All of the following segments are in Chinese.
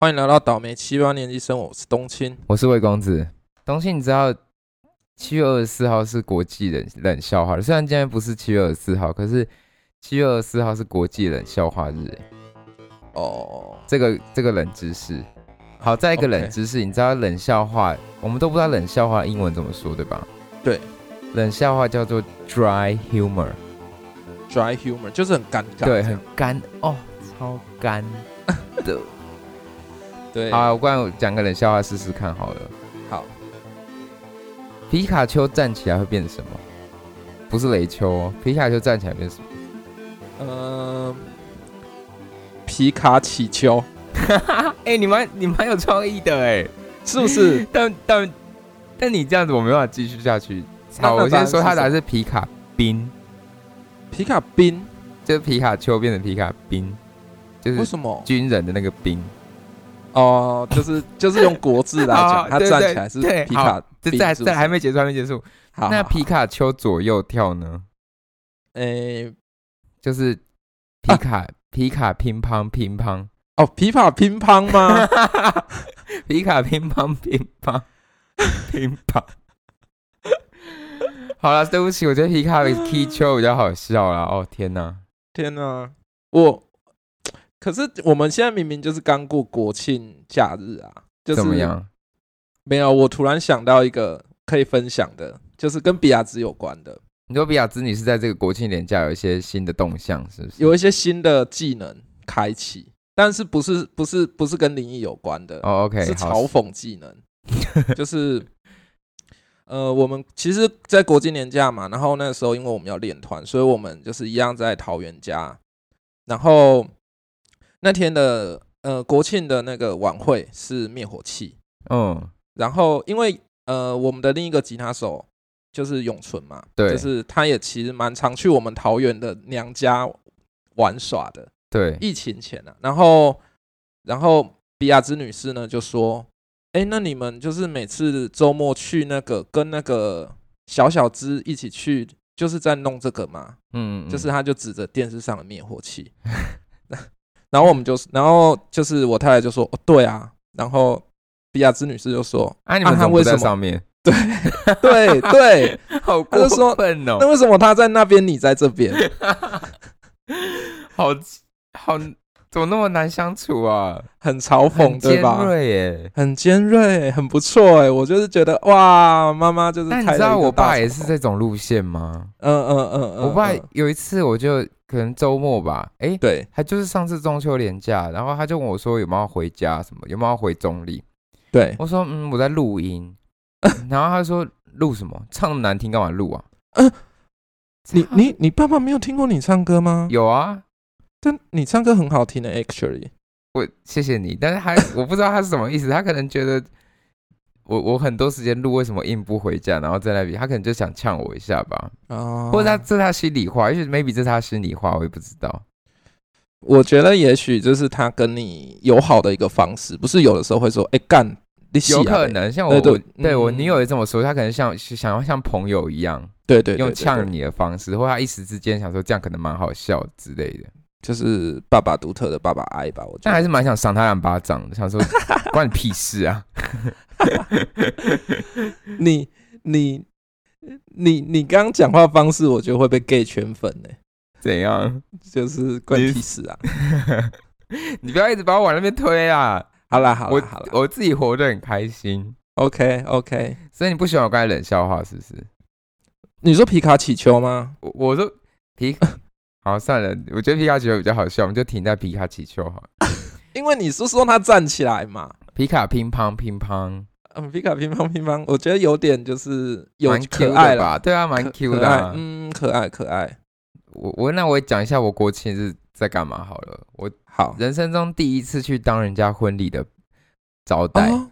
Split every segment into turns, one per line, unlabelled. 欢迎来到倒霉七八年级生，我是冬青。
我是魏公子。东信，你知道七月二十四号是国际冷冷笑话日，虽然今天不是七月二十四号，可是七月二十四号是国际冷笑话日，欸
哦，
这个这个冷知识。好，再一个
OK
冷知识你知道冷笑话，我们都不知道冷笑话英文怎么说，对吧？
对，
冷笑话叫做 dry humor，
dry humor 就是很尴尬，这
对，很
样
干哦，超干的。
对，
好，我刚讲个冷笑话试试看好了。
好，
皮卡丘站起来会变什么？不是雷丘哦，皮卡丘站起来变什么？
嗯，皮卡起丘
哎、你蛮你蛮有创意的哎，
是不是？
但但但你这样子我没办法继续下去。
那
好，我先说他
答
答
案
案是皮卡宾，
皮卡宾？
就是皮卡丘变成皮卡宾，就
为
是
什么？
军人的那个兵，
哦， 就是就是用国字来
哦
讲，他
对
站
对
起来是
对
皮卡
这
宾
这还
是不
这
是
还没结束，还没结束。
好
那
好
皮卡丘左右跳呢？
诶
就是皮 卡、皮卡乒乓乒乓，
哦，皮卡乒乓吗？
皮卡乒乓乒乓乒乓。好了，对不起，我觉得皮卡比 K 丘比较好笑啦。哦 天哪！
天哪，我可是我们现在明明就是刚过国庆假日啊，就是
怎么样？
没有，我突然想到一个可以分享的，就是跟比亚兹有关的，
你说比亚兹，你是在这个国庆连假有一些新的动向，是不是？
有一些新的技能开启，但是不是不是不是跟灵异有关的，
哦，OK，
是
好
嘲讽技能，就是 呃，我们其实，在国庆年假嘛，然后那时候因为我们要练团，所以我们就是一样在桃园家，然后那天的呃国庆的那个晚会是灭火器，
嗯，
然后因为呃，我们的另一个吉他手就是永纯嘛，
对
就是他也其实蛮常去我们桃园的娘家玩耍的，
对，
疫情前啊。然后，然后比亚兹女士呢就说：“哎，那你们就是每次周末去那个跟那个小小只一起去，就是在弄这个嘛？
嗯，嗯
就是他就指着电视上的灭火器， 然后我们就是，然后就是我太太就说，哦，对啊，然后比亚兹女士就说，
啊，你们
啊
怎
他
么不
为什
在
么
上面？
对对，
好
他就说
过分
那
哦，
为什么他在那边，你在这边？
好好，怎么那么难相处啊？
很嘲
很
讽，对
尖
吧？
锐耶！
很尖锐，很不错哎，我就是觉得哇，妈妈就是
但你
开了
知道
一个
我
大
爸
口
也是，这种路线吗？
嗯嗯嗯嗯，
我爸
嗯
有一次，我就可能周末吧，诶，
对，
他就是上次中秋连假，然后他就问我说有没有要回家，什么有没有要回中立？
对，
我说嗯，我在录 音。然后他说录什么？唱那么难听，干嘛 录啊？
嗯你
唱
你你爸爸没有听过你唱歌吗？
有啊，
但你唱歌很好听的，actually，
我谢谢你，但是他我不知道他是什么意思，他可能觉得我我很多时间录，为什么硬不回家？然后在那边，他可能就想呛我一下吧，
哦，
或者他这是他心里话，也许 maybe 这是他心里话，我也不知道。
我觉得也许就是他跟你友好的一个方式，不是有的时候会说，哎、干，你戏啊
有可，能像我
对对
我对我
嗯
女友也这么说，她可能像想要像朋友一样，
对对对对
用呛
对
你的方式，或他一时之间想说这样可能蛮好笑之类的，
就是爸爸独特的爸爸爱吧，我觉
但
得
还是蛮想赏他两巴掌的，想说 关你屁 事啊！
你你你你刚刚讲话方式，我觉得会被 gay 圈粉呢、
怎样？
就是关你
你
屁事啊！
你不要一直把我往那边推啊！
好啦好
我
啦好啦
我自己活得很开心，
，OK OK，
所以你不喜欢我刚才冷笑话是不是？
你说皮卡起丘吗？
我我说皮， 好算了，我觉得皮卡丘比较好笑，我们就停在皮卡起丘好了。
因为你是说他站起来嘛，
皮卡乒乓乒乓，
嗯，皮卡乒乓乒乓，我觉得有点就是有
蛮 Q
可
的
爱啦，
吧？对啊，蛮
可
Q
可
的、
爱
啊。
嗯，可爱可爱，
我我那我也讲一下我国庆是在干嘛好了。我
好，
人生中第一次去当人家婚礼的招待，
哦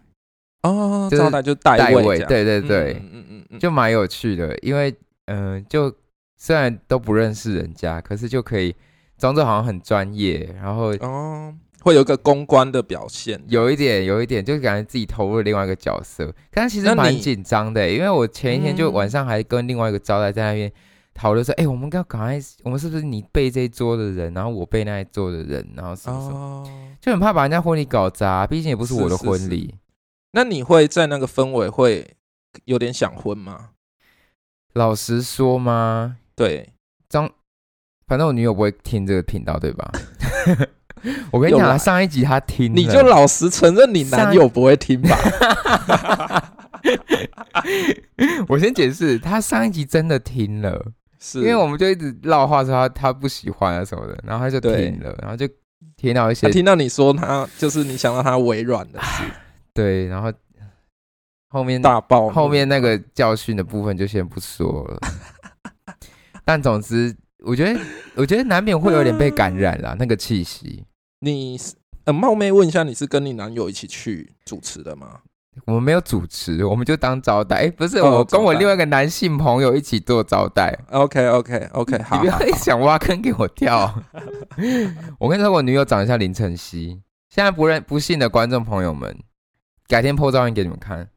哦，
就是
招待就代
代
位
位，
这样，
对对
嗯
对，
嗯嗯嗯嗯，
就蛮有趣的，因为嗯、呃就虽然都不认识人家，可是就可以装作好像很专业，然后
哦，会有一个公关的表现，哦
有一点有一点，就感觉自己投入了另外一个角色，但其
那
实
你
蛮紧张的，因为我前一天就
嗯
晚上还跟另外一个招待在那边讨论说，哎、我们要赶快，我们是不是你背这一桌的人，然后我背那一桌的人，然后什么什么，
哦，
就很怕把人家婚礼搞砸，啊毕竟也不是我的
是是
婚礼。
那你会在那个氛围会有点想婚吗？
老实说嘛，
对，
张，反正我女友不会听这个频道，对吧？我跟你
又
讲啊，
来
上一集她听了，
你就老实承认你男友不会听吧。
我先解释，她上一集真的听了，
是，
因为我们就一直唠话说她她不喜欢啊什么的，然后她就
对
听了，然后就听到
他
一些
听到你说他就是你想到他微软的
啊
事，
对，然后后面
大爆
后面那个教训的部分就先不说了。 但总之，我觉得，我觉得难免会有点被感染 啦，那个气息。
你是呃冒昧问一下，你是跟你男友一起去主持的吗？
我们没有主持，我们就当招待。哎，不是，
哦
我跟我
招待
另外一个男性朋友一起做招待。
OK OK OK，
你
好
不
好，
要想挖坑给我跳。我跟你说，我女友长得像林晨曦。现在不认不信的观众朋友们，改天 po 照片给你们看。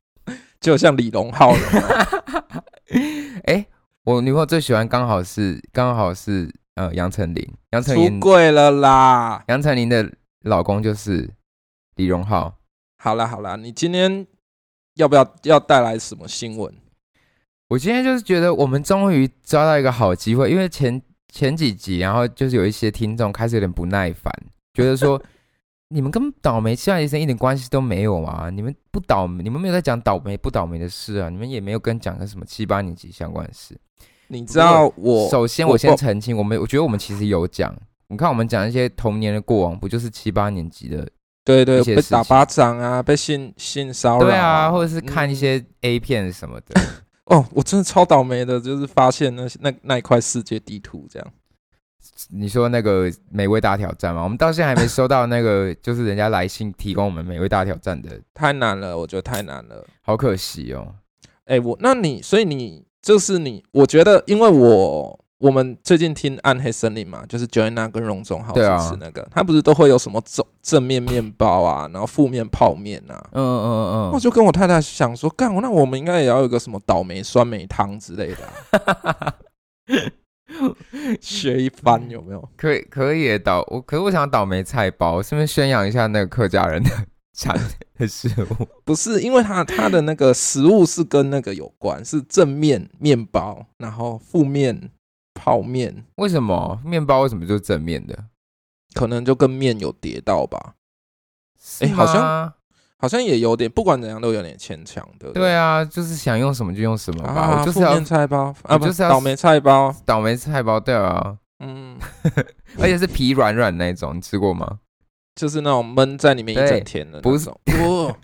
就像李荣浩了，
哎、我女朋友最喜欢刚好是刚好是呃杨丞琳，杨丞
出
琳
柜了啦！
杨丞琳的老公就是李荣浩。
好啦好啦，你今天要不要要带来什么新闻？
我今天就是觉得我们终于抓到一个好机会，因为前前几集，然后就是有一些听众开始有点不耐烦，觉得说你们跟倒霉下医生一点关系都没有啊！你们不倒霉，你们没有在讲倒霉不倒霉的事啊，你们也没有跟讲跟什么七八年级相关的事。
你知道我
首先，
我
我先
我
澄清，我们我觉得我们其实有讲，你看我们讲一些童年的过往，不就是七八年级的
对对
一些
被
事
打
情
巴掌啊，被性性骚扰，
对啊，或者是看一
嗯
些 A 片什么的。
哦，我真的超倒霉的，就是发现那那那一块世界地图这样。
你说那个美味大挑战嘛，我们到现在还没收到那个， 就是人家来信提供我们美味大挑战的，
太难了，我觉得太难了。
好可惜哦。
哎、我那你，所以你就是你，我觉得，因为我我们最近听《暗黑森林》嘛，就是 Joanna 跟荣总好主
对啊
持那个，他不是都会有什么正正面面包啊，然后负面泡面啊。
嗯嗯
我就跟我太太想说，干，那我们应该也要有个什么倒霉酸梅汤之类 的啊、学一番有没有？
可以可以耶倒我，可是我想倒霉菜包，顺便宣扬一下那个客家人的 产的食物。
不是，因为它它的那个食物是跟那个有关，是正面面包，然后负面泡面，
为什么面包为什么就是正面的？
可能就跟面有叠到吧，哎
哎
好像好像也有点，不管怎样都有点牵强的。
对
啊，
啊，就是想用什么就用什么吧，
啊，
我就是
负
要
面菜包
我
啊，不
就是要
倒霉菜包，
倒霉菜包对啊，
嗯，
而且是皮软软那种，你吃过吗？
就是那种闷在里面一整天的那种，
不是
哇。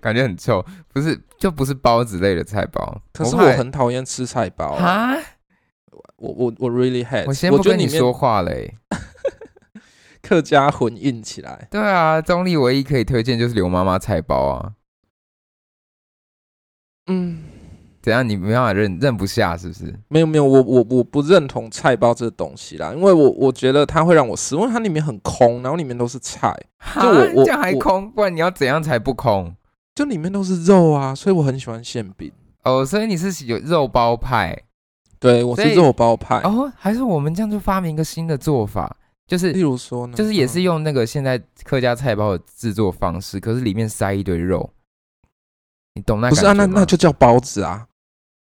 感觉很臭，不是就不是包子类的菜包。哦
可是
后
我
来
很讨厌吃菜包啊，
啊，
我我我 really hate，
我先
我
不
觉得
跟你
里
说
面
话嘞、
客家混印起来，
对啊，中立唯一可以推荐就是刘妈妈菜包啊。
嗯，
怎样？你没办法认认不下是不是？
没有没有，我我我不认同菜包这东西啦，因为我我觉得它会让我失望，因为它里面很空，然后里面都是菜，
就
我我
这样还
我
空，不然你要怎样才不空？
就里面都是肉啊，所以我很喜欢馅饼。
哦，所以你是有肉包派
对，我
所
是
以
肉包派。
哦？还是我们这样就发明一个新的做法，就是
例如说呢，
就是也是
嗯
用那个现在客家菜包的制作方式，可是里面塞一堆肉，你懂那
不是啊，
感觉
那
吗
那就叫包子啊，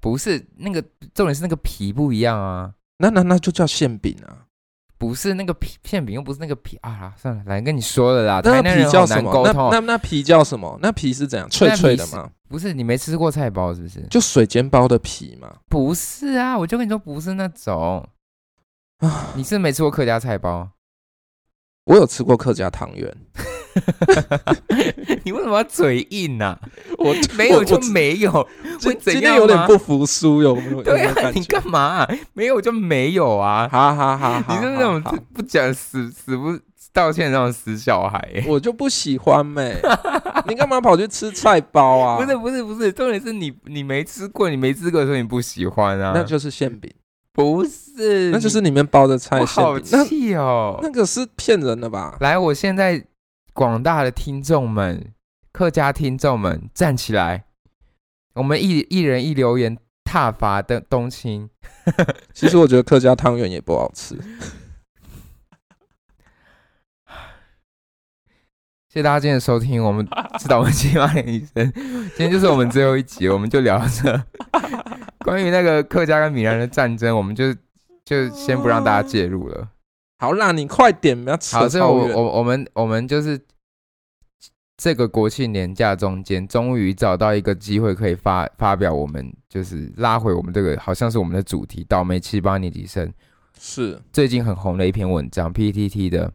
不是那个重点是那个皮不一样啊，
那那那就叫馅饼啊。
不是那个皮馅饼又不是那个皮啊，算了，懒得跟你说了啦。
那那
啊台南
皮
人好
叫什
难
么
沟？
那
通哦
那那皮叫什么？那皮是怎样脆
那皮
脆的
是
吗？
不是你没吃过菜包是不是？
就水煎包的皮嘛。
不是啊，我就跟你说不是那种。
啊，
你是没吃过客家 菜包？
我有吃过客家汤 圆，
你为什么要嘴硬呢、
我
没有
啊我
就
我
没有，会
今
怎
今
样
天有点
吗
不服输，有没有？有没
对
有
啊，
感
你
觉
干嘛啊、没有就没有啊！
好好好，
你
好
是那
好
种
好
不不讲死死不道歉那种死小孩、欸
我就不喜欢呗、 你干嘛跑去吃菜包啊？
不是不是不是，重点是你你没吃过，你没吃过，所以你不喜欢啊。
那就是馅饼，
不是，
那就是
你
里面包的菜
我
馅
好
饼。那
气哦！
那个是骗人的吧？
来，我现在广大的听众们，客家听众们，站起来！我们一一人一留言，挞伐的冬青。
其实我觉得客家汤圆也不好吃。
谢谢大家今天的收听，我们是导文七八年医生，今天就是我们最后一集，我们就聊着 关于那个客家跟闽南的战争，我们就就先不让大家介入了。
好啦，你快点，不要扯
好，所以我
超远。
我我们我们就是这个国庆年假中间，终于找到一个机会可以发发表我们就是拉回我们这个好像是我们的主题，倒霉七八年级生
是
最近很红的一篇文章，PTT 的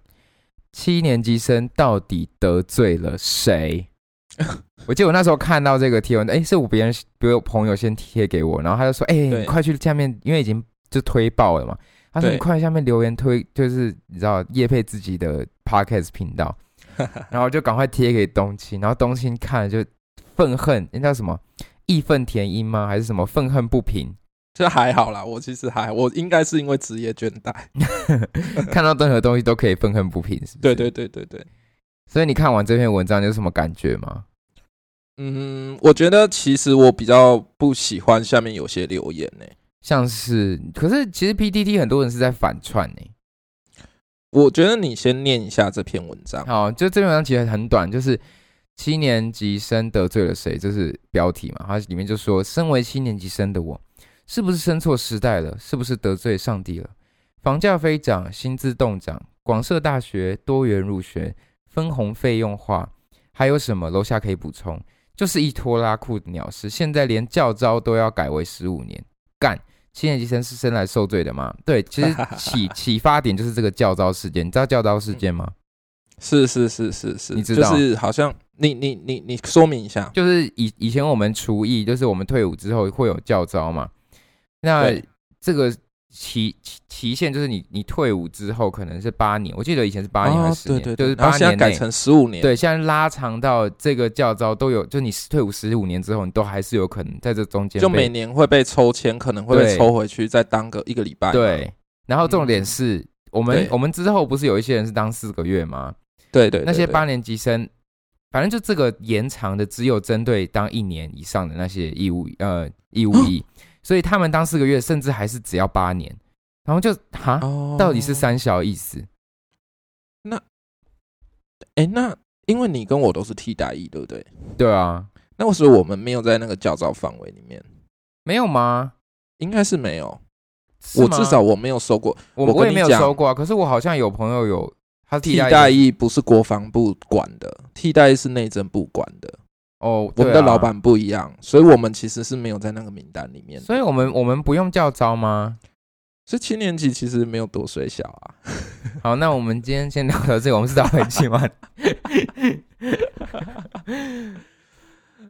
七年级生到底得罪了谁？我记得我那时候看到这个贴文，哎、是我别人别我朋友先贴给我，然后他就说，哎、
对
你快去下面，因为已经就推爆了嘛。他说
对
你快去下面留言推，就是你知道叶配自己的 podcast 频道， 然后就赶快贴给东青，然后东青看了就愤恨，那叫什么义愤填膺吗？还是什么愤恨不平？
这还好啦，我其实还我应该是因为职业倦怠。
看到任何东西都可以愤恨不平，是不
对
是？
对对对对，
所以你看完这篇文章，你有什么感觉吗？
嗯，我觉得其实我比较不喜欢下面有些留言呢、
像是，可是其实 PDD 很多人是在反串呢、
我觉得你先念一下这篇文章。
好，就这篇文章其实很短，就是七年级生得罪了谁，这是标题嘛。它里面就说，身为七年级生的我，是不是生错时代了？是不是得罪上帝了？房价飞涨，薪资动涨，广设大学多元入学，分红费用化，还有什么？楼下可以补充，就是一拖拉裤的鸟事。现在连教招都要改为十五年，干！七年级生是生来受罪的吗？对，其实启启发点就是这个教招事件。你知道教招事件吗？
是是是是是，
你知道
就是好像你你你你说明一下。
就是以以前我们厨艺，就是我们退伍之后会有教招嘛。那
对
这个期期期限就是你你退伍之后可能是八年，我记得以前是八年还
哦
是十年，
对对对，
就是
然
八
后现在
年
改
内。
成十五年。
对，现在拉长到这个教招都有，就你退伍十五年之后，你都还是有可能在这中间
就
被
每年会被抽签，可能会被
对
抽回去，再当个一个礼拜嘛。
对。然后重点
嗯
是、我们
对
我们之后不是有一些人是当四个月吗？
对对，
那些
对
八年级生，反正就这个延长的只有针对当一年以上的那些义务呃义务 役，所以他们当四个月，甚至还是只要八年，然后就哈
对，哦
到底是三小意思？
哎，那因为你跟我都是替代役，对不对？
对啊，
那为什么我们没有在那个教招范围里面？
没有吗？
应该是没有，
是
我
吗
至少我没有收过
我
我跟
也
你
没有
讲
收过啊，可是我好像有朋友有他
替
替代
代
役
役，不是国防部管的，替代役是内政部管的。
哦，
我们
对
的
啊
老，板不一样，所以我们其实是没有在那个名单里面的。
所以我们我们不用教招吗？
所以七年级其实没有多水小啊。
好，那我们今天先聊到这个，我们是打回去吗？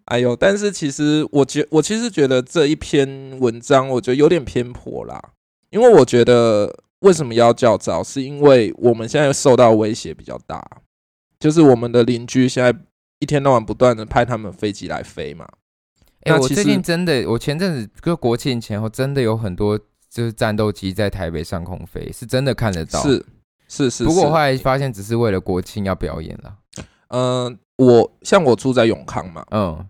哎呦，但是其实我觉我其实觉得这一篇文章，我觉得有点偏颇啦，因为我觉得为什么要叫早，是因为我们现在受到威胁比较大，就是我们的邻居现在一天到晚不断的派他们飞机来飞嘛。
哎、
那
我
其
最
实
近真的，我前阵子就国庆前后，真的有很多就是战斗机在台北上空飞，是真的看得到。，
是是是，
不过
是
我后来发现只是为了国庆要表演了。
嗯、我像我住在永康嘛，
嗯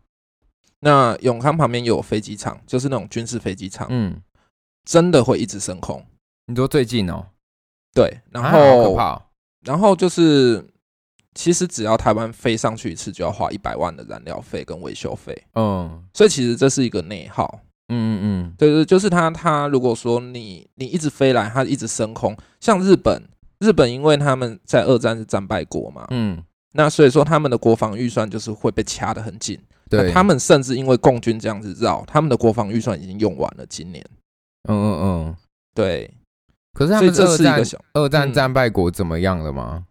那永康旁边有飞机场，就是那种军事飞机场，
嗯，
真的会一直升空。
你说最近哦，
对，然
啊好
后、
可怕、哦，
然后就是，其实只要台湾飞上去一次，就要花一百万的燃料费跟维修费，
嗯
所以其实这是一个内耗。
嗯嗯
对对，就是它它如果说你你一直飞来，它一直升空，像日本，日本因为他们在二战是战败国嘛，
嗯嗯，
那所以说他们的国防预算就是会被掐得很紧。
对，
那他们甚至因为共军这样子绕，他们的国防预算已经用完了，今年。
嗯嗯嗯，
对，
可是他
所以
们
这
二
是一
战
个小，
二战
嗯
战败国怎么样了吗？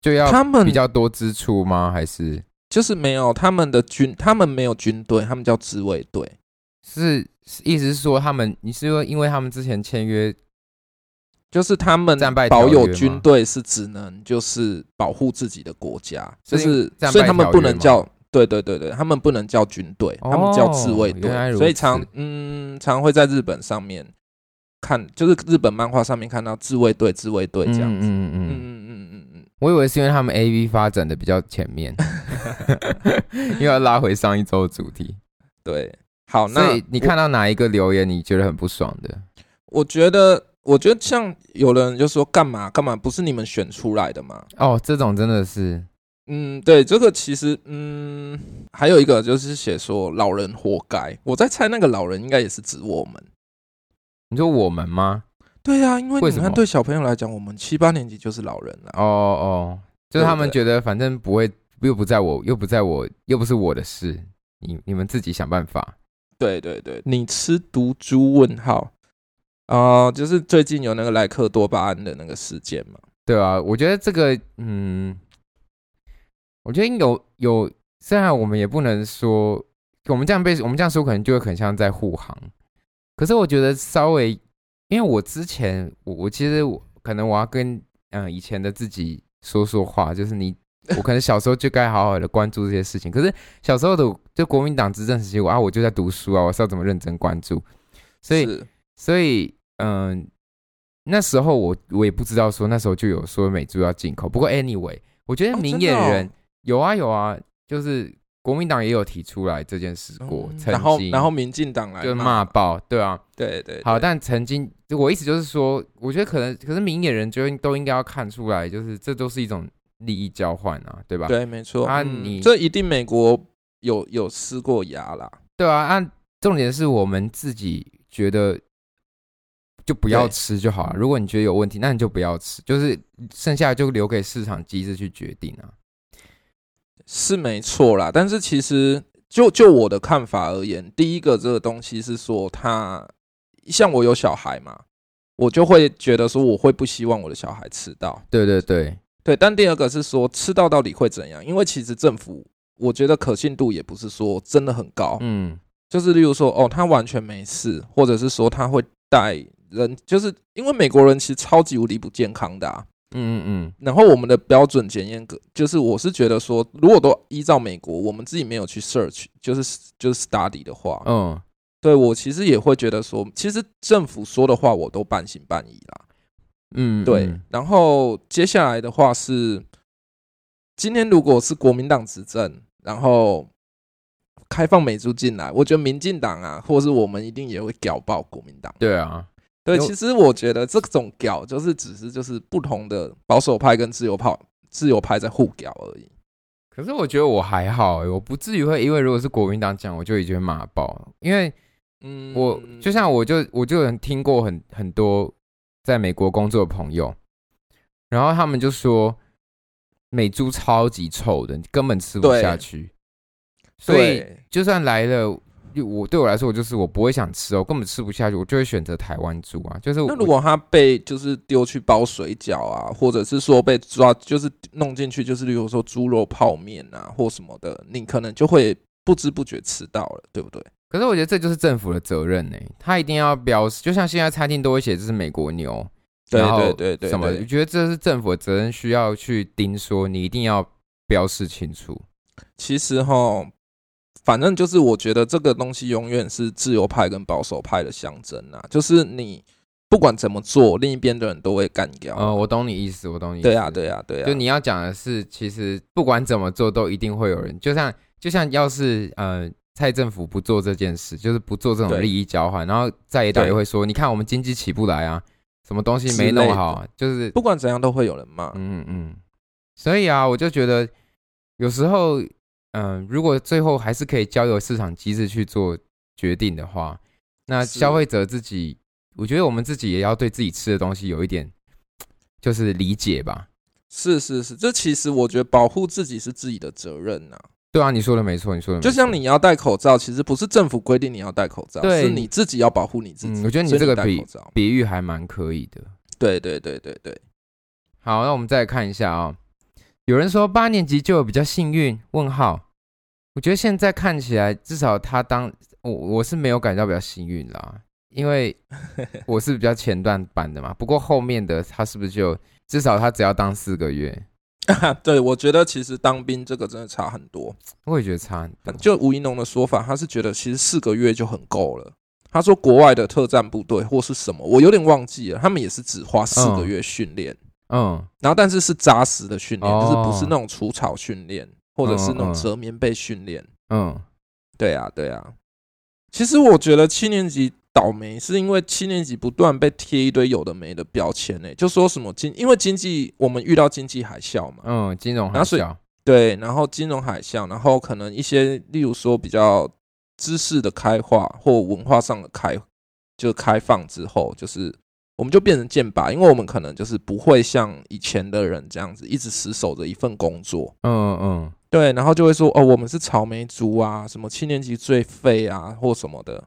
就要
他们
比较多支出吗？还是
就是没有他们的军，他们没有军队，他们叫自卫队。
是是意思是说他们？你是说因为他们之前签约
就是他们
战败条约
保
吗
有军队是只能就是保护自己的国家，
是
就
因
是
战败
所以他们不
条约
能
吗
叫对对对对，他们不能叫军队，
哦
他们叫自卫
原
队，
来如此
所以常嗯常会在日本上面看，就是日本漫画上面看到自卫队自卫队这样
嗯
子，
嗯
嗯
嗯嗯
嗯嗯嗯嗯，
我以为是因为他们 A V 发展的比较前面，又要拉回上一周的主题。
对。好，哦那
所以你看到哪一个留言你觉得很不爽的？
我，我觉得，我觉得像有人就说干嘛干嘛，不是你们选出来的吗？
哦，这种真的是
嗯，对，这个其实，嗯，还有一个就是写说老人活该，我在猜那个老人应该也是指我们。
你说我们吗？
对呀、因为
为
你
什
看，
么
对小朋友来讲，我们七八年级就是老人了。
哦哦，就是他们
对
觉得反正不会，又不在我，又不在我，又不是我的事，你你们自己想办法。
对对对，你吃毒猪？问号啊、就是最近有那个莱克多巴胺的那个事件嘛。
对啊，我觉得这个，嗯，我觉得有有，虽然我们也不能说我们这样被我们这样说，可能就会很像在护航。可是我觉得稍微，因为我之前我我其实我可能我要跟嗯、呃以前的自己说说话，就是你我可能小时候就该好好的关注这些事情。可是小时候的就国民党执政时期，我啊我就在读书啊，我是要怎么认真关注？所以
是
所以，嗯，那时候我我也不知道说那时候就有说美猪要进口。不过 anyway，我觉得
哦
明
真的
眼人、
哦
有啊有啊，就是国民党也有提出来这件事过，
嗯
曾经
然后然后民进党来
就骂爆，对啊。
对对，
好，
对
但曾经我意思就是说，我觉得可能可是明眼人就应都应该要看出来，就是这都是一种利益交换啊，对吧？
对，没错
啊
嗯
你
这一定美国有有施过牙啦，
对啊，按、重点是我们自己觉得就不要
对
吃就好了。如果你觉得有问题，那你就不要吃，就是剩下的就留给市场机制去决定啊。
是没错啦。但是其实就就我的看法而言，第一个这个东西是说它，像我有小孩嘛，我就会觉得说我会不希望我的小孩吃到。
对对对，
对，但第二个是说吃到到底会怎样？因为其实政府我觉得可信度也不是说真的很高，
嗯，
就是例如说哦，他完全没事，或者是说他会带人，就是因为美国人其实超级无敌不健康的、啊。
嗯嗯
然后我们的标准检验个，就是我是觉得说，如果都依照美国，我们自己没有去 search，就是就是 study 的话，
嗯嗯，
对我其实也会觉得说，其实政府说的话我都半信半疑啦。
嗯，
对，
嗯
然后接下来的话是，今天如果是国民党执政，然后开放美猪进来，我觉得民进党啊，或是我们一定也会屌爆国民党。
对啊，
对，
有
其实我觉得这种屌就是只是就是不同的保守派跟自由派自由派在互屌而已。
可是我觉得我还好、欸，我不至于会因为如果是国民党讲，我就已经骂爆，因为
嗯，
我就像我就我就有听过很很多在美国工作的朋友，然后他们就说美猪超级臭的，你根本吃不
对
下去。所以
对
就算来了，就我对我来说，我就是我不会想吃哦，我根本吃不下去，我就会选择台湾猪啊。就是
那
我
如果他被就是丢去包水饺啊，或者是说被抓就是弄进去，就是例如说猪肉泡面啊或什么的，你可能就会不知不觉吃到了，对不对？
可是我觉得这就是政府的责任呢、他一定要标示，就像现在餐厅都会写这是美国牛，
对
然
对
后
对对，
什么？我
对
觉得这是政府的责任，需要去盯说你一定要标示清楚。
其实哈，反正就是我觉得这个东西永远是自由派跟保守派的象征啊，就是你不管怎么做，另一边的人都会干掉。
嗯、我懂你意思，我懂你意思。
对啊，对啊，对啊，
就你要讲的是，其实不管怎么做，都一定会有人。就像就像要是呃蔡政府不做这件事，就是不做这种
对
利益交换，然后在野党
对
也会说，你看我们经济起不来啊，什么东西
之
没
类
弄
的
好，啊就是
不管怎样都会有人骂。
嗯嗯。所以啊，我就觉得有时候，嗯、如果最后还是可以交由市场机制去做决定的话，那
是
消费者自己，我觉得我们自己也要对自己吃的东西有一点，就是理解吧。
是是是，这其实我觉得保护自己是自己的责任呐、
对啊，你说的没错，你说的没错
就像你要戴口罩，其实不是政府规定你要戴口罩，
对
是你自己要保护你自己。
嗯我觉得你
所以
这个
戴
比
口罩，
比喻还蛮可以的。
对对对对对，
好，那我们再来看一下啊、有人说八年级就有比较幸运？问号。我觉得现在看起来，至少他当我我是没有感觉到比较幸运啦，因为我是比较前段班的嘛。不过后面的他是不是就至少他只要当四个月，
啊对我觉得其实当兵这个真的差很多。
我也觉得差很多。
就吴一农的说法，他是觉得其实四个月就很够了。他说国外的特战部队或是什么，我有点忘记了，他们也是只花四个月训练，
嗯
然后但是是扎实的训练，
哦
就是不是那种除草训练，或者是那
嗯
种
嗯
折棉被训练。
嗯，
对啊，对啊，其实我觉得七年级倒霉是因为七年级不断被贴一堆有的没的标签呢、就说什么经，因为经济我们遇到经济海啸嘛，
嗯，金融海
然后所以
啸，
对，然后金融海啸，然后可能一些例如说比较知识的开化或文化上的开就开放之后，就是我们就变成剑拔，因为我们可能就是不会像以前的人这样子一直死守着一份工作，
嗯嗯，
对，然后就会说哦，我们是草莓族啊，什么七年级最废啊，或什么的。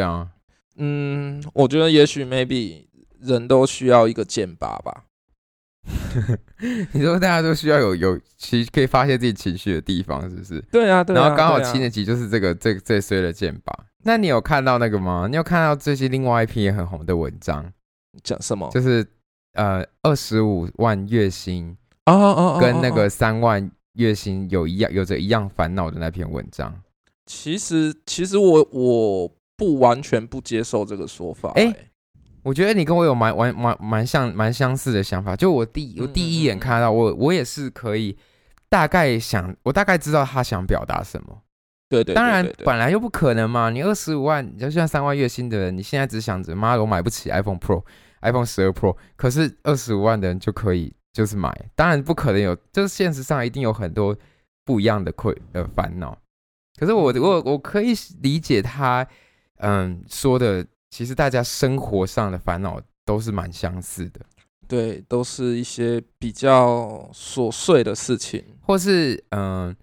啊，
嗯，我觉得也许 maybe 人都需要一个剑拔吧。
你说大家都需要有有其可以发泄自己情绪的地方，是不是？
对啊，对啊。
然后刚好
对啊
七年级就是这个最最衰的剑吧。那你有看到那个吗？你有看到最近另外一篇也很红的文章，
哦讲什么？
就是呃二十五万月薪
哦哦哦，
跟那
哦
个三万月薪有一样有着一样烦恼的那篇文章。
其实其实我我不完全不接受这个说法、欸。
哎我觉得你跟我有蛮蛮蛮蛮像蛮相似的想法。就我第我
嗯嗯
第一眼
嗯嗯
看到我我也是可以大概想，我大概知道他想表达什么。
对对对
当然
对对
本来又不可能嘛，你二十五万，你就算三万月薪的人，你现在只想着妈我买不起 iPhone Pro、iPhone 十二 Pro，可是二十五万的人就可以就是买，当然不可能有，就是现实上一定有很多不一样的困呃烦恼。可是
嗯
我我我可以理解他，嗯，说的其实大家生活上的烦恼都是蛮相似的，
对，都是一些比较琐碎的事情。
或是嗯，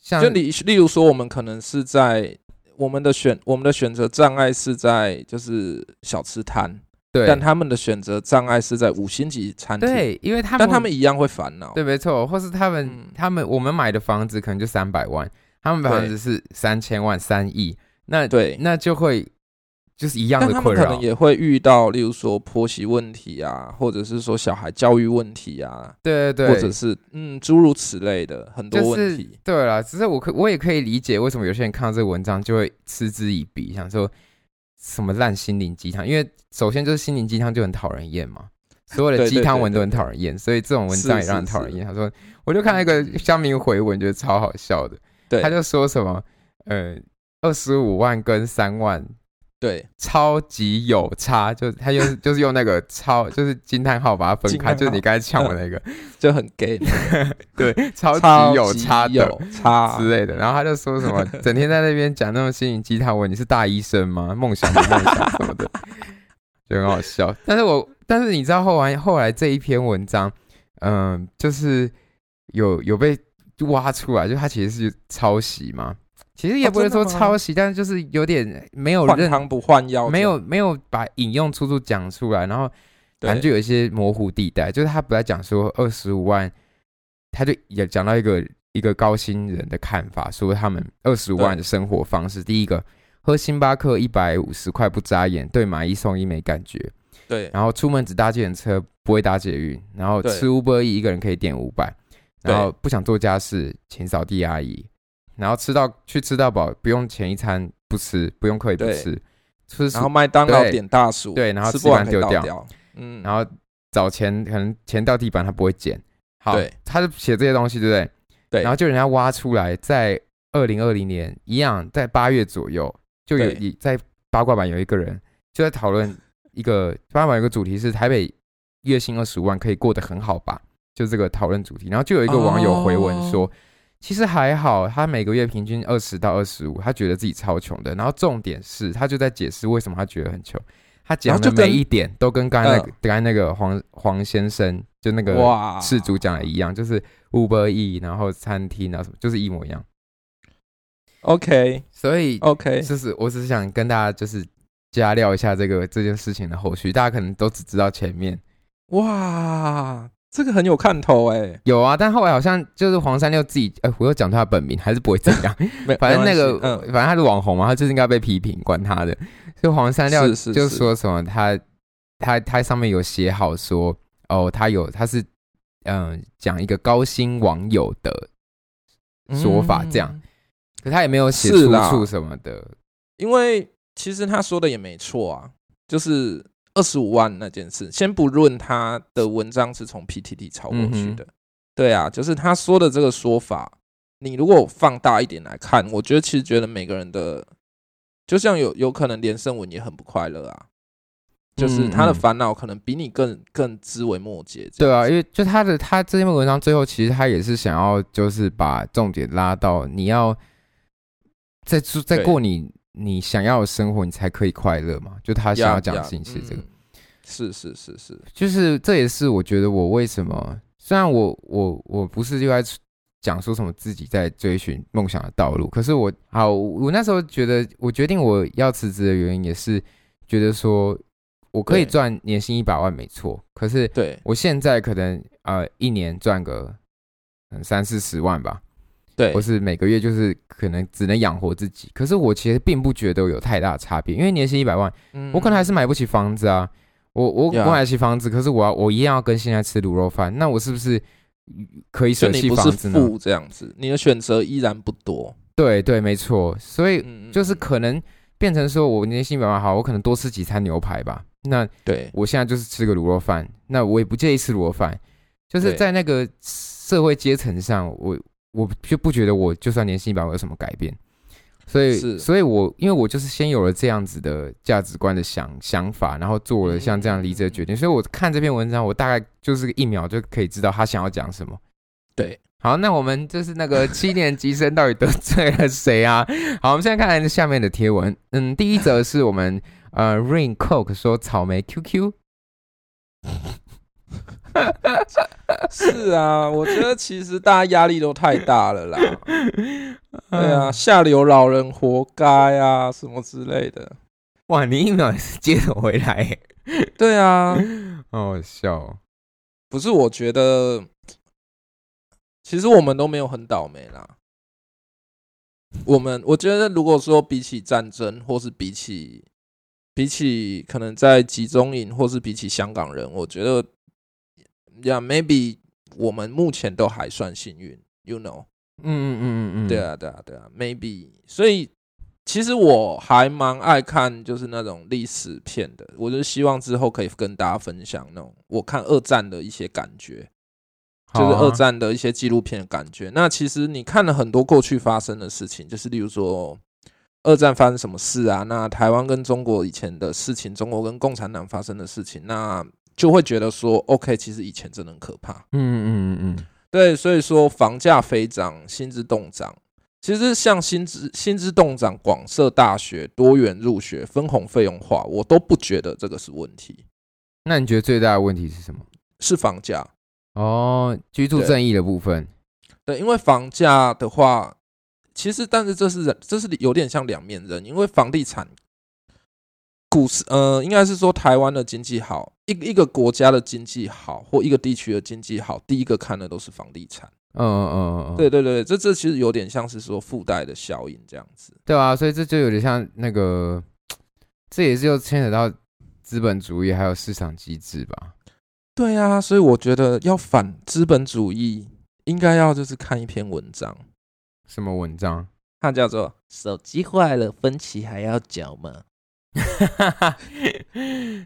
像
就例例如说，我们可能是在我们的选我们的选择障碍是在就是小吃摊，
对
但他们的选择障碍是在五星级餐厅，
对，因为他们
但他们一样会烦恼。
对，没错，或是他们、
哦嗯
他们我们买的房子可能就三百万，他们的房子是三千万、三亿，那
对
那就会就是一样
但
的
他们
困
可
扰
能。也会遇到，例如说婆媳问题啊，或者是说小孩教育问题啊，
对对对，
或者是嗯诸如此类的很多
就
问
是
题。
对啦，只是我可我也可以理解为什么有些人看到这个文章就会嗤之以鼻，想说什么烂心灵鸡汤，因为首先就是心灵鸡汤就很讨人 厌嘛。所有的
对对
鸡汤文
对
都
对
很讨人厌，所以这种文
是
章也
是
让人讨
是
人厌。他说，我就看到一个乡民回文，觉得超好笑的。
对，
他就说什么，呃，二十五万跟三万
对
超级有差，就他 就是就是用那个超就是惊叹号把它分
惊叹
开，
号
就是你刚才呛我那 个，
就很 gay，
对，超
超
级有
级
差的
有差
之类的。然后他就说 什么，整天在那边讲那种心灵鸡汤文，你是大医生吗？梦想的梦想什 么的，就很好笑。但是我但是你知道后来后来这一篇文章，嗯、就是有有被挖出来，就他其实是抄袭嘛。其实也
哦
不会
真的
说
吗
抄袭，但是就是有点没有
换
认
汤不换药，
没有没有把引用出处讲出来，然后
对
反正就有一些模糊地带，就是他本来讲说二十五万，他就也讲到一个一个高薪人的看法，说他们二十五万的生活方式，第一个喝星巴克一百五十块不眨眼，对买一送一没感觉，
对
然后出门只搭计程车，不会搭捷运，然后
对
吃 Uber E 一个人可以点五百，
对
然后不想做家事，请扫地阿姨，然后吃到去吃到饱，不用前一餐不吃，不用刻意不
对
吃，吃
然后麦当劳点大薯，
对然后
吃
吃
不
完
完可以
丢
倒
掉
掉，嗯，
然后找钱，可能钱掉地板他不会捡。好
对，
他就写这些东西，对不对？
对
然后就人家挖出来，在二零二零年一样，在八月左右，就有
对
一在八卦版有一个人就在讨 论一个八卦版有个主题是台北月薪二十五万可以过得很好吧？就这个讨论主题，然后就有一个网友回文说。
哦
其实还好，他每个月平均二十到二十五，他觉得自己超穷的。然后重点是，他就在解释为什么他觉得很穷。他讲
然后
的
就跟
每一点都跟刚才那个
嗯
刚才那个黄黄先生，就那个
哇，
事主讲的一样，就是 Uber E，然后餐厅啊什么，就是一模一样。
OK
所以
OK，
就是我只是想跟大家就是加料一下这个这件事情的后续，大家可能都只知道前面
哇，这个很有看头哎，
有啊，但后来好像就是黄三六自己，呃，我又讲出他本名，还是不会怎 样。
没
反正
没
那个，
关系嗯
反正他是网红嘛，他就是应该被批评，管他的。就黄山料
是是
就是说什么他他他上面有写好说，哦，他有他是嗯讲一个高薪网友的，
嗯
说法这样，可他也没有写
是
出
啦
处什么的。
因为其实他说的也没错啊，就是二十五万那件事，先不论他的文章是从 PTT 抄过
嗯
去的，对啊，就是他说的这个说法，你如果放大一点来看，我觉得其实觉得每个人的就像有有可能连胜文也很不快乐啊，就是他的
嗯嗯
烦恼可能比你更更枝微末节这
对
样
啊，
子。
因为就他的他这篇文章最后，其实他也是想要就是把重点拉到你要在住在
对
过你你想要的生活，你才可以快乐嘛。就他想
呀
要讲
呀
的事情是这个
嗯，是是是是，
就是这也是我觉得我为什么虽然我我我不是就在讲说什么自己在追寻梦想的道路，可是我好我那时候觉得我决定我要辞职的原因也是觉得说我可以
对
赚年薪一百万没错，可是
对
我现在可能呃一年赚个嗯三四十万吧，
对
或，是每个月就是可能只能养活自己。可是我其实并不觉得有太大的差别，因为年薪一百万，
嗯
我可能还是买不起房子啊。我我我
Yeah
买得起房子，可是我要我一样要跟现在吃卤肉饭，那我是不是可以
就
舍
你
弃
不
房
是
子呢？
富这样子，你的选择依然不多。
对对，没错。所以
嗯，
就是
嗯
可能变成说我年薪一百万好，我可能多吃几餐牛排吧。那
对
我现在就是吃个卤肉饭，那我也不介意吃卤肉饭，就是
对
在那个社会阶层上，我我就不觉得我就算年薪一百万有什么改变，所以
是
所以我因为我就是先有了这样子的价值观的想想法，然后做了像这样离职的决
嗯
定，所以我看这篇文章，我大概就是一秒就可以知道他想要讲什么。
对，
好，那我们就是那个 七年级生到底得罪了谁啊？好，我们现在看看下面的贴文。嗯，第一则是我们呃 Rain Coke 说草莓 QQ，
是啊，我觉得其实大家压力都太大了啦。 对啊，
嗯，
下流老人活该啊，什么之类的。
哇，你一秒也是接着回来耶，
对啊，
好好笑、哦。
不是，我觉得其实我们都没有很倒霉啦。我们我觉得，如果说比起战争，或是比起比起可能在集中营，或是比起香港人，我觉得呀、m a y b e 我们目前都还算幸运，you know。
嗯嗯嗯嗯嗯，
对，啊，对啊，对啊，maybe。所以其实我还蛮爱看就是那种历史片的，我就希望之后可以跟大家分享那种我看二战的一些感觉，就
好
是
啊
二，战的一些纪录片的感觉。那其实你看了很多过去发生的事情，就是例如说。二战发生什么事啊？那台湾跟中国以前的事情，中国跟共产党发生的事情，那就会觉得说，OK，其实以前真的很可怕。
嗯嗯嗯嗯
对，所以说房价飞涨，薪资动涨。其实像薪资薪资动涨、广设大学、多元入学、分红费用化，我都不觉得这个是问题，
那你觉得最大的问题是什么？
是房价。
哦，居住
对
正义的部分，
对，因为房价的话，其实但是这是人这是有点像两面人，因为房地产、股市，呃，应该是说台湾的经济好，一一个国家的经济好或一个地区的经济好，第一个看的都是房地产。
嗯嗯嗯嗯，
对对对，这这其实有点像是说附带的效应这样子。
对啊，所以这就有点像那个，这也是又牵扯到资本主义还有市场机制吧。
对啊，所以我觉得要反资本主义，应该要就是看一篇文章，
什么文 章？
它叫做“手机坏了分期还要缴吗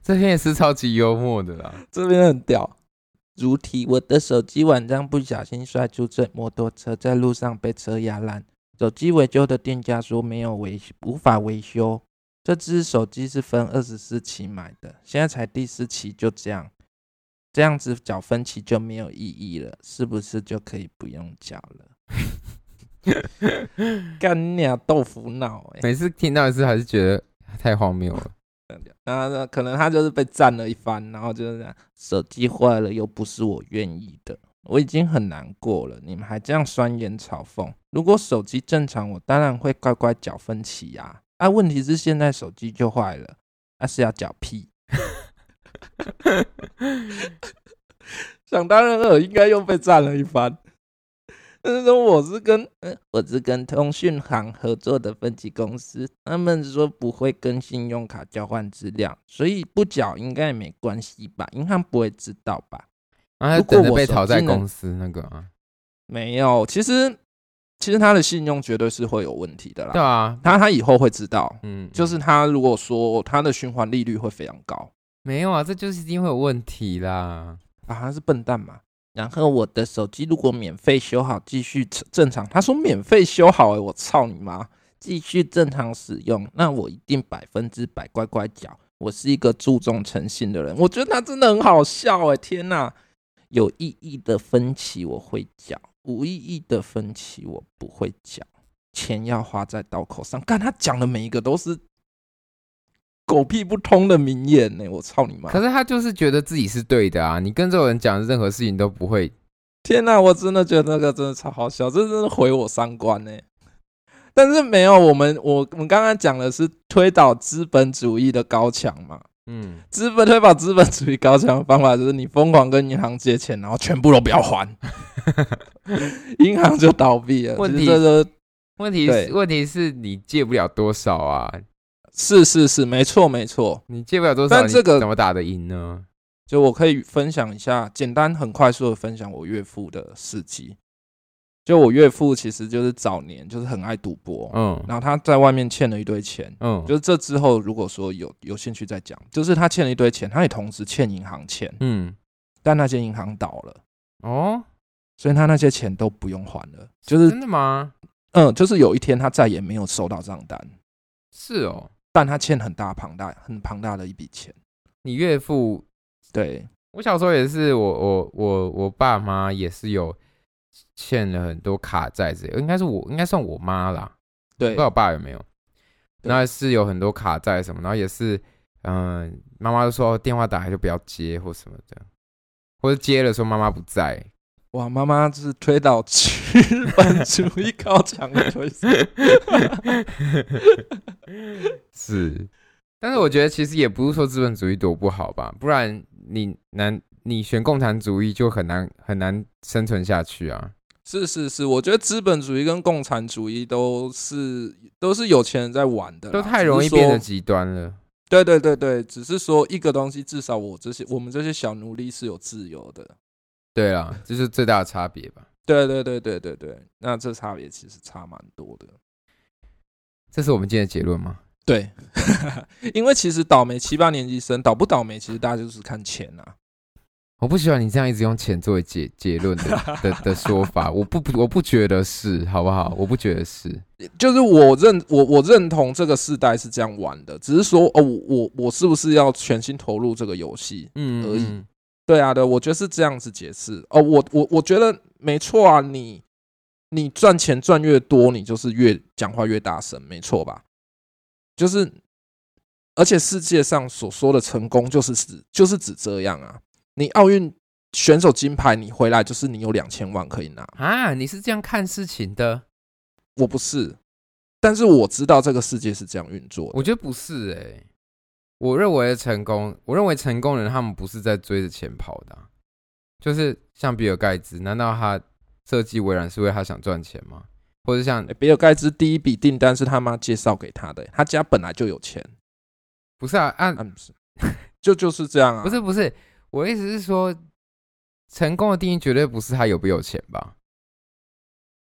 这篇也是超级幽默的啦。”，
这边很屌。如题：我的手机晚上不小心摔出这摩托车，在路上被车压烂。手机维修的店家说没有维，无法维修。这只手机是分二十四期买的，现在才第四期，就这样，这样子缴分期就没有意义了，是不是就可以不用缴 了？干你啊，豆腐脑哎、
每次听到一次还是觉得太荒谬了。
那那可能他就是被占了一番，然后就是这样，手机坏了又不是我愿意的，我已经很难过了，你们还这样酸言嘲讽。如果手机正常，我当然会乖乖缴分期呀、啊。啊，问题是现在手机就坏了，那、是要缴屁？想当然了，应该又被占了一番。 但是说我是跟、呃我是跟通讯行合作的分期公司，他们说不会跟信用卡交换资料，所以不缴应该也没关系吧？银行不会知道吧？
然后
如
啊他
果
等着
我
被
手
淘
机
汰
能
公司那个啊，
没有，其实其实他的信用绝对是会有问题的
对
啦。
啊，
他他以后会知道，
嗯，
就是他如果说他的循环利率会非常高
没有啊，这就是一定会有问题啦。
啊，他是笨蛋嘛。然后我的手机如果免费修好，继续正正常。他说免费修好、欸，我操你妈！继续正常使用，那我一定百分之百乖乖缴。我是一个注重诚信的人，我觉得他真的很好笑哎、天哪！有意义的分歧我会缴，无意义的分歧我不会缴。钱要花在刀口上，干他讲的每一个都是狗屁不通的名言呢、欸我操你妈！
可是他就是觉得自己是对的啊！你跟这种人讲任何事情都不会，
天呐，我真的觉得那个真的超好笑，这真的毁我三观呢、但是没有，我们我我们刚刚讲的是推倒资本主义的高墙嘛，
嗯，
资本推倒资本主义高墙的方法就是你疯狂跟银行借钱，然后全部都不要 还，银行就倒闭了。
问
其实
题
这就是
问题
对
是问题是你借不了多少啊，
是是是，没错没错。
你借不了多少，
但这个
你怎么打得赢呢？
就我可以分享一下，简单很快速的分享我岳父的事迹。就我岳父其实就是早年就是很爱赌博，
嗯
然后他在外面欠了一堆钱，
嗯，
哦就是这之后，如果说有有兴趣再讲，就是他欠了一堆钱，他也同时欠银行钱，
嗯
但那间银行倒了，
哦，
所以他那些钱都不用还了。就是
真的吗？
嗯，就是有一天他再也没有收到账单，
是哦，
但他欠很大庞大很庞大的一笔钱。
你岳父
对，
我小时候也是，我我我我爸妈也是有欠了很多卡债之类，应该是我应该算我妈啦，不
对
知，道我爸有没有。
对
那是有很多卡债什么，然后也是，嗯、妈妈就说电话打来就不要接或什么的，或者接了说妈妈不在，
哇，妈妈就是推倒资本主义高墙的推手
是，但是我觉得其实也不是说资本主义多不好吧，不然你难你选共产主义就很难很难生存下去啊。
是是是，我觉得资本主义跟共产主义都是都是有钱人在玩的啦，
都太
只是
容易变
说
得极端了。
对对对对，只是说一个东西，至少我这些我们这些小奴隶是有自由的。
对啊，这是最大的差别吧。
对对对对对对，那这差别其实差蛮多的。
这是我们今天的结论吗？
对， 因为其实倒霉七八年级生倒不倒霉，其实大家就是看钱啊。
我不喜欢你这样一直用钱作为结结论的的的说法，我不我不觉得是，好不好？我不觉得是，
就是我认我我认同这个世代是这样玩的，只是说哦，我我我是不是要全心投入这个游戏？
嗯
而已对啊，对，我觉得是这样子解释。哦，我我我觉得没错啊，你你赚钱赚越多，你就是越讲话越大声，没错吧？就是，而且世界上所说的成功，就是指就是指这样啊。你奥运选手金牌，你回来就是你有两千万可以拿，
啊，你是这样看事情的？
我不是，但是我知道这个世界是这样运作的。
我觉得不是哎、我认为的成功，我认为成功人他们不是在追着钱跑的啊、就是像比尔盖茨，难道他设计微软是为了他想赚钱吗？或者像
诶比尔盖茨第一笔订单是他妈介绍给他的、他家本来就有钱，
不是啊？按
啊不是，就就是这样啊，
不是不是，我的意思是说，成功的定义绝对不是他有不有钱吧？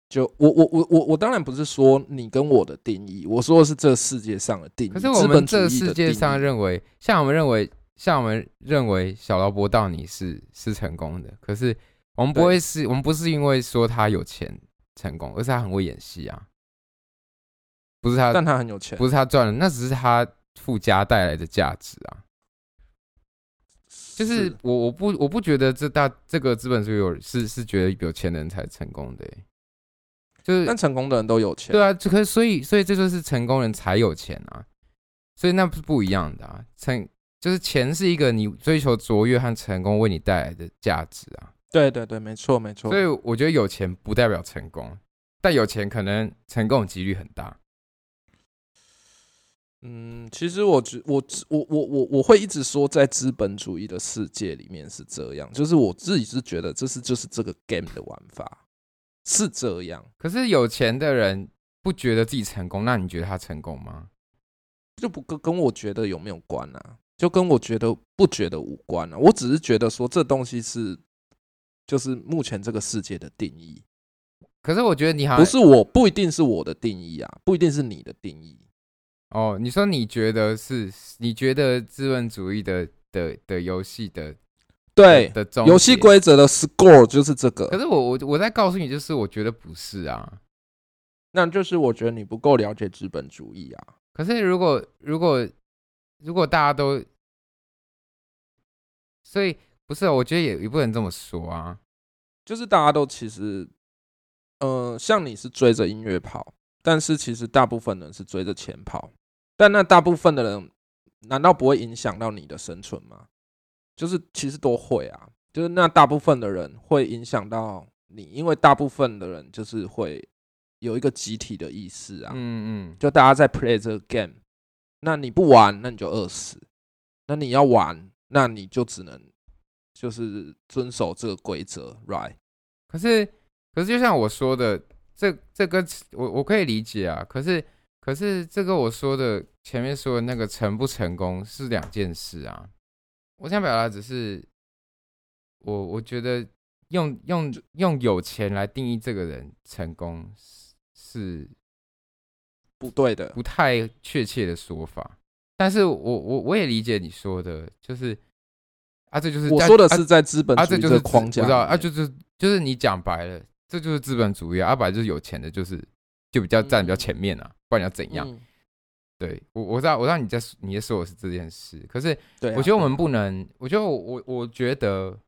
就我我我我我当然不是说你跟我的定义，我说的是这世界上的定义。
可是我
资
们
本主
这
义
个
的
世界
定义
上认为，像我们认为，像我们认为小劳勃道尼是是成功的，可是我们不
对
会是，我们不是因为说他有钱成功，而是他很会演戏啊，不是他，
但他很有钱，
不是他赚了，那只是他附加带来的价值啊。就是我我不我不觉得这大这个资本主义有是是觉得有钱人才成功的欸、就是
但成功的人都有钱。
对啊，这可所以所以这就是成功人才有钱啊，所以那是不一样的啊。成就是钱是一个你追求卓越和成功为你带来的价值啊，
对对对，没错没错
所。以我觉得有钱不代表成功，但有钱可能成功的几率很大。
嗯，其实我觉我我我我我会一直说，在资本主义的世界里面是这样，就是我自己是觉得这是就是这个 game 的玩法是这样。
可是有钱的人不觉得自己成功，那你觉得他成功吗？
就不跟跟我觉得有没有关啊，就跟我觉得不觉得无关啊。我只是觉得说这东西是，就是目前这个世界的定义，
可是我觉得你好
不
像
是我不一定是我的定义啊，不一定是你的定义。
哦，你说你觉得是？你觉得资本主义的的的游戏的
对，
的终
游戏
结
规则的 score 就是这
可
个。
是我我我在告诉你，就是我觉得不是啊，
那就是我觉得你不够了解资本主义啊。
可是如果如果如果大家都，所以不是啊，我觉得也也不能这么说啊。
就是大家都其实，呃，像你是追着音乐跑，但是其实大部分人是追着钱跑，但那大部分的人难道不会影响到你的生存吗？就是其实都会啊，就是那大部分的人会影响到你，因为大部分的人就是会有一个集体的意识啊，
嗯嗯，
就大家在 play 这个 game，那你不玩，那你就饿死；那你要玩，那你就只能就是遵守这个规则，right？
可是可是就像我说的，这这个我我可以理解啊。可是可是这个我说的前面说的那个成不成功是两件事啊。我想表达只是，我我觉得用用用有钱来定义这个人成功是是
不对的，
不太确切的说法，但是我我我也理解你说的，就是啊，这就是
我说的
啊
是在资本
啊，
主
这
义
就
这个
是资
框架
我
里
知
面，
道啊，就是就是你讲白了，这就是资本主义啊，啊本来就是有钱的，就是就比较站比较
嗯
前面啊，不然你要怎样？
嗯
对我我知道我知道你在你在说我是这件事，可是
对啊、
我觉得我们不能，我觉得我我我觉得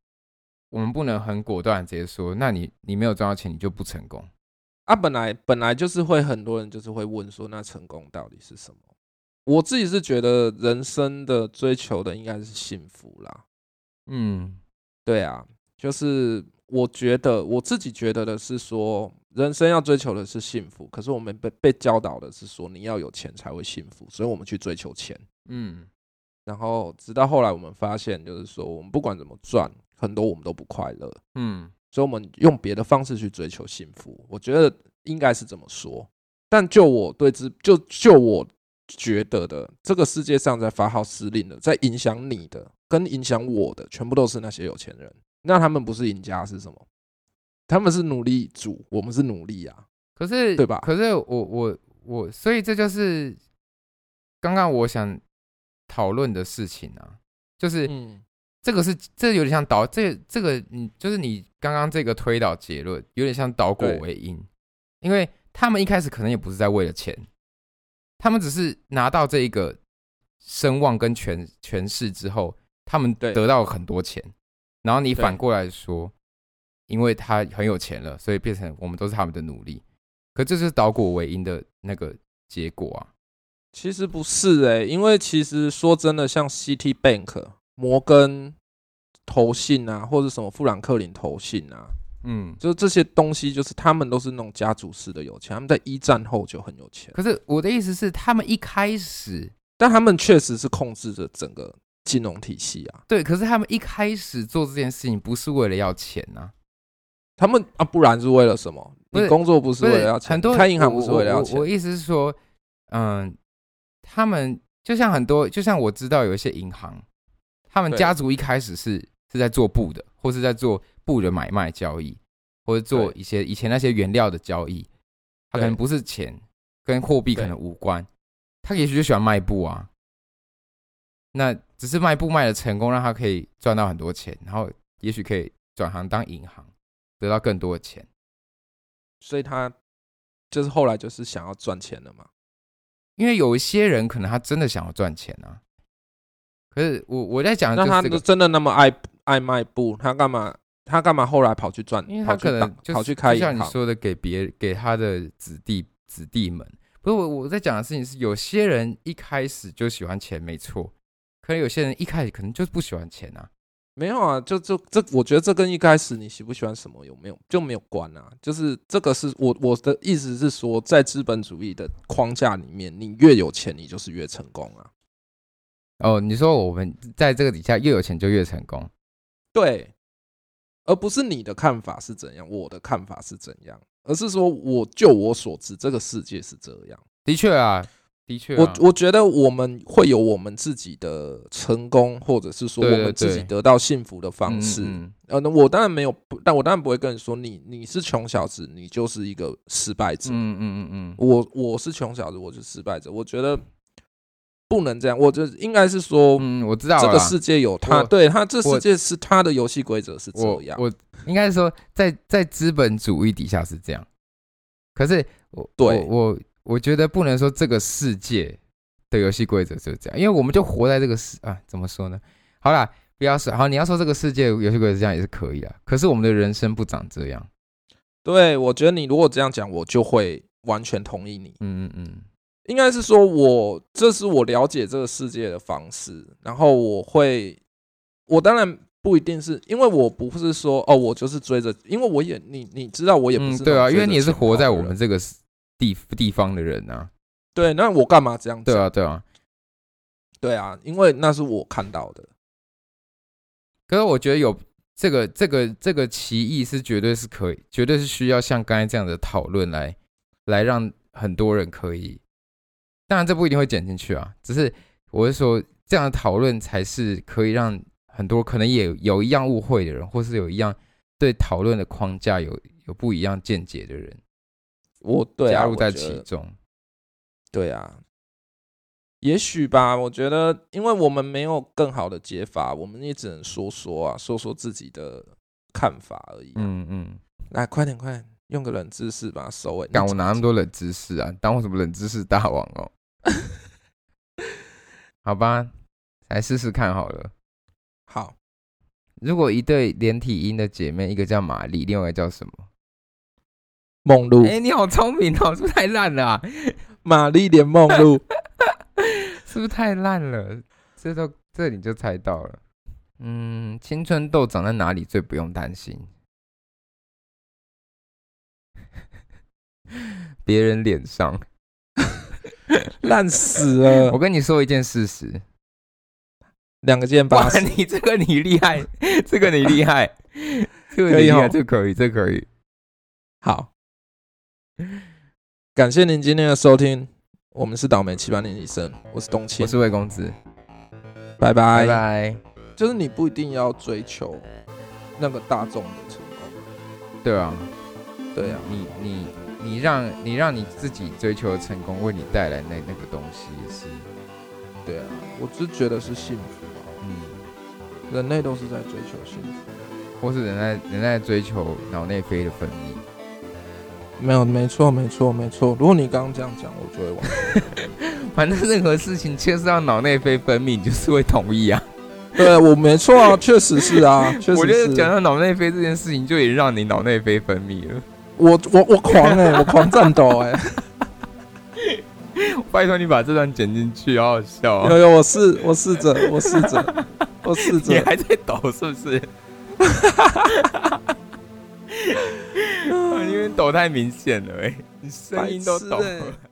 我们不能很果断地直接说，那你你没有赚到钱，你就不成功。
啊，本来本来就是会很多人就是会问说，那成功到底是什么？我自己是觉得人生的追求的应该是幸福啦，
嗯
对啊，就是我觉得我自己觉得的是说，人生要追求的是幸福，可是我们被被教导的是说，你要有钱才会幸福，所以我们去追求钱。
嗯
然后直到后来我们发现，就是说我们不管怎么赚，很多我们都不快乐，
嗯
所以我们用别的方式去追求幸福。我觉得应该是这么说。但就我对之，就就我觉得的，这个世界上在发号施令的，在影响你的，跟影响我的，全部都是那些有钱人。那他们不是赢家是什么？他们是努力主，我们是努力啊。
可是
对吧
可是我我我，所以这就是刚刚我想讨论的事情啊，就是
嗯，
这个是这有点像导这这个你就是你刚刚这个推导结论有点像导果
对
为因，因为他们一开始可能也不是在为了钱，他们只是拿到这一个声望跟权权势之后，他们
对
得到很多钱，然后你
对
反过来说，因为他很有钱了，所以变成我们都是他们的奴隶，可这就是导果为因的那个结果啊，
其实不是诶、因为其实说真的，像 City Bank、摩根投信啊，或者什么富兰克林投信啊，
嗯。
就是这些东西，就是他们都是那种家族式的有钱，他们在一战后就很有钱，
可是我的意思是，他们一开始
但他们确实是控制着整个金融体系啊。
对，可是他们一开始做这件事情不是为了要钱啊呐、
他们啊，不然是为了什么？
不是
你工作不是
不
为了要钱，
很多
你开银行不是为了要
我我我我
钱，
意思是说，嗯，他们就像很多，就像我知道有一些银行，他们
对
家族一开始是是在做布的，或是在做布的买卖交易，或者做
对
一些以前那些原料的交易，他可能
对
不是钱，跟货币可
对
能无关，他也许就喜欢卖布啊。那只是卖布卖的成功，让他可以赚到很多钱，然后也许可以转行当银行，得到更多的钱。
所以他就是后来就是想要赚钱了嘛。
因为有一些人可能他真的想要赚钱啊。可是我我在讲的
那
就是
他
这个，
真的那么爱爱卖布，他干嘛？他干嘛后来跑去赚？
因为
跑
他
去
可能
当
就是
跑去开
就
银
像你
行，
说的，给别给他的子弟子弟们，不是我我在讲的事情是，有些人一开始就喜欢钱，没错，可能有些人一开始可能就是不喜欢钱啊。
没有啊，就就这，我觉得这跟一开始你喜不喜欢什么有没有就没有关啊。就是这个是我我的意思是说，在资本主义的框架里面，你越有钱，你就是越成功啊。
哦，你说我们在这个底下越有钱就越成功，
对，而不是你的看法是怎样，我的看法是怎样，而是说我就我所知，这个世界是这样。
的确啊，的确、啊，
我我觉得我们会有我们自己的成功，或者是说
对
我
对
们自己
对
得到幸福的
嗯
方
嗯
式。
嗯
呃，那我当然没有，不但我当然不会跟你说你你是穷小子，你就是一个失败者。
嗯嗯嗯嗯，
我我是穷小子，我是失败者。我觉得不能这样，我就应该是说，
嗯，我知道
这
了
个
啦
世界有他，
我
对他这
我
世界是他的游戏规则是这
我
样。
我应该是说在在资本主义底下是这样，可是我
对
我我我觉得不能说这个世界的游戏规则就是这样，因为我们就活在这个世啊，怎么说呢？好啦，不要说好，你要说这个世界游戏规则这样也是可以啦。可是我们的人生不长这样，
对，我觉得你如果这样讲，我就会完全同意你。
嗯嗯嗯，
应该是说我这是我了解这个世界的方式，然后我会，我当然不一定是因为我不是说哦，我就是追着，因为我也你你知道我也不是那
嗯
种
对啊，因
追
为
着
你也是
钱
活在
跑的
我们
人
这个地地方的人啊，
对，那我干嘛这样
对
讲？
啊对啊。
对啊，因为那是我看到的，
可是我觉得有这个这个这个歧义是绝对是可以，绝对是需要像刚才这样的讨论来来让很多人可以。当然这不一定会剪进去啊，只是我是说这样的讨论才是可以让很多可能也有有一样误会的人，或是有一样对讨论的框架有有不一样见解的人
我对啊，
加入
我
在
觉
其
得
中。
对啊，也许吧，我觉得，因为我们没有更好的解法，我们也只能说说啊，说说自己的看法而已、嗯，
嗯嗯，
来，快点，快点，用个冷知识把它收尾。
干
你
我哪那么多冷知识啊？当我什么冷知识大王 哦？好吧，来试试看好了。
好，
如果一对连体婴的姐妹，一个叫玛丽，另外一个叫什么？
梦露，
哎、你好聪明哦，是不是太烂了、啊？
玛丽莲梦 露，
是不是太烂了？这都这你就猜到了。嗯，青春痘长在哪里最不用担心？ 别人脸上。
烂死了
我，跟你说一件事 实，
两个键
哇
八，十，
你这个你厉害， 这个你厉害，这个你厉
可以
害，
哦
这个可以，这个可以。
好，感谢您今天的收听，我们是倒霉七八年级生，我是冬
我
青，
是魏公子，
拜拜。
拜拜。
就是你不一定要追求那个大众的成功，
对啊。
对啊，
你你你让你让你自己追求的成功为你带来那那个东西也是，
对啊，我只是觉得是幸福啊，
嗯，
人类都是在追求幸福，
或是人在人在追求脑内啡的分泌，
没有，没错，没错，没错。如果你刚刚这样讲，我就会忘。
反正任何事情牵涉到脑内啡分泌，你就是会同意啊。
对我没错啊，确实是啊，确
我
实
觉得
是
讲。到脑内啡这件事情，就已经让你脑内啡分泌了。
我我我狂哎、我狂战斗哎、
拜托你把这段剪进去，好好笑啊、
有有，我试我试着，我试着，我试
你
着。
还在抖是不是？ 哦因为抖太明显了、欸，你声音都抖
白痴欸
了。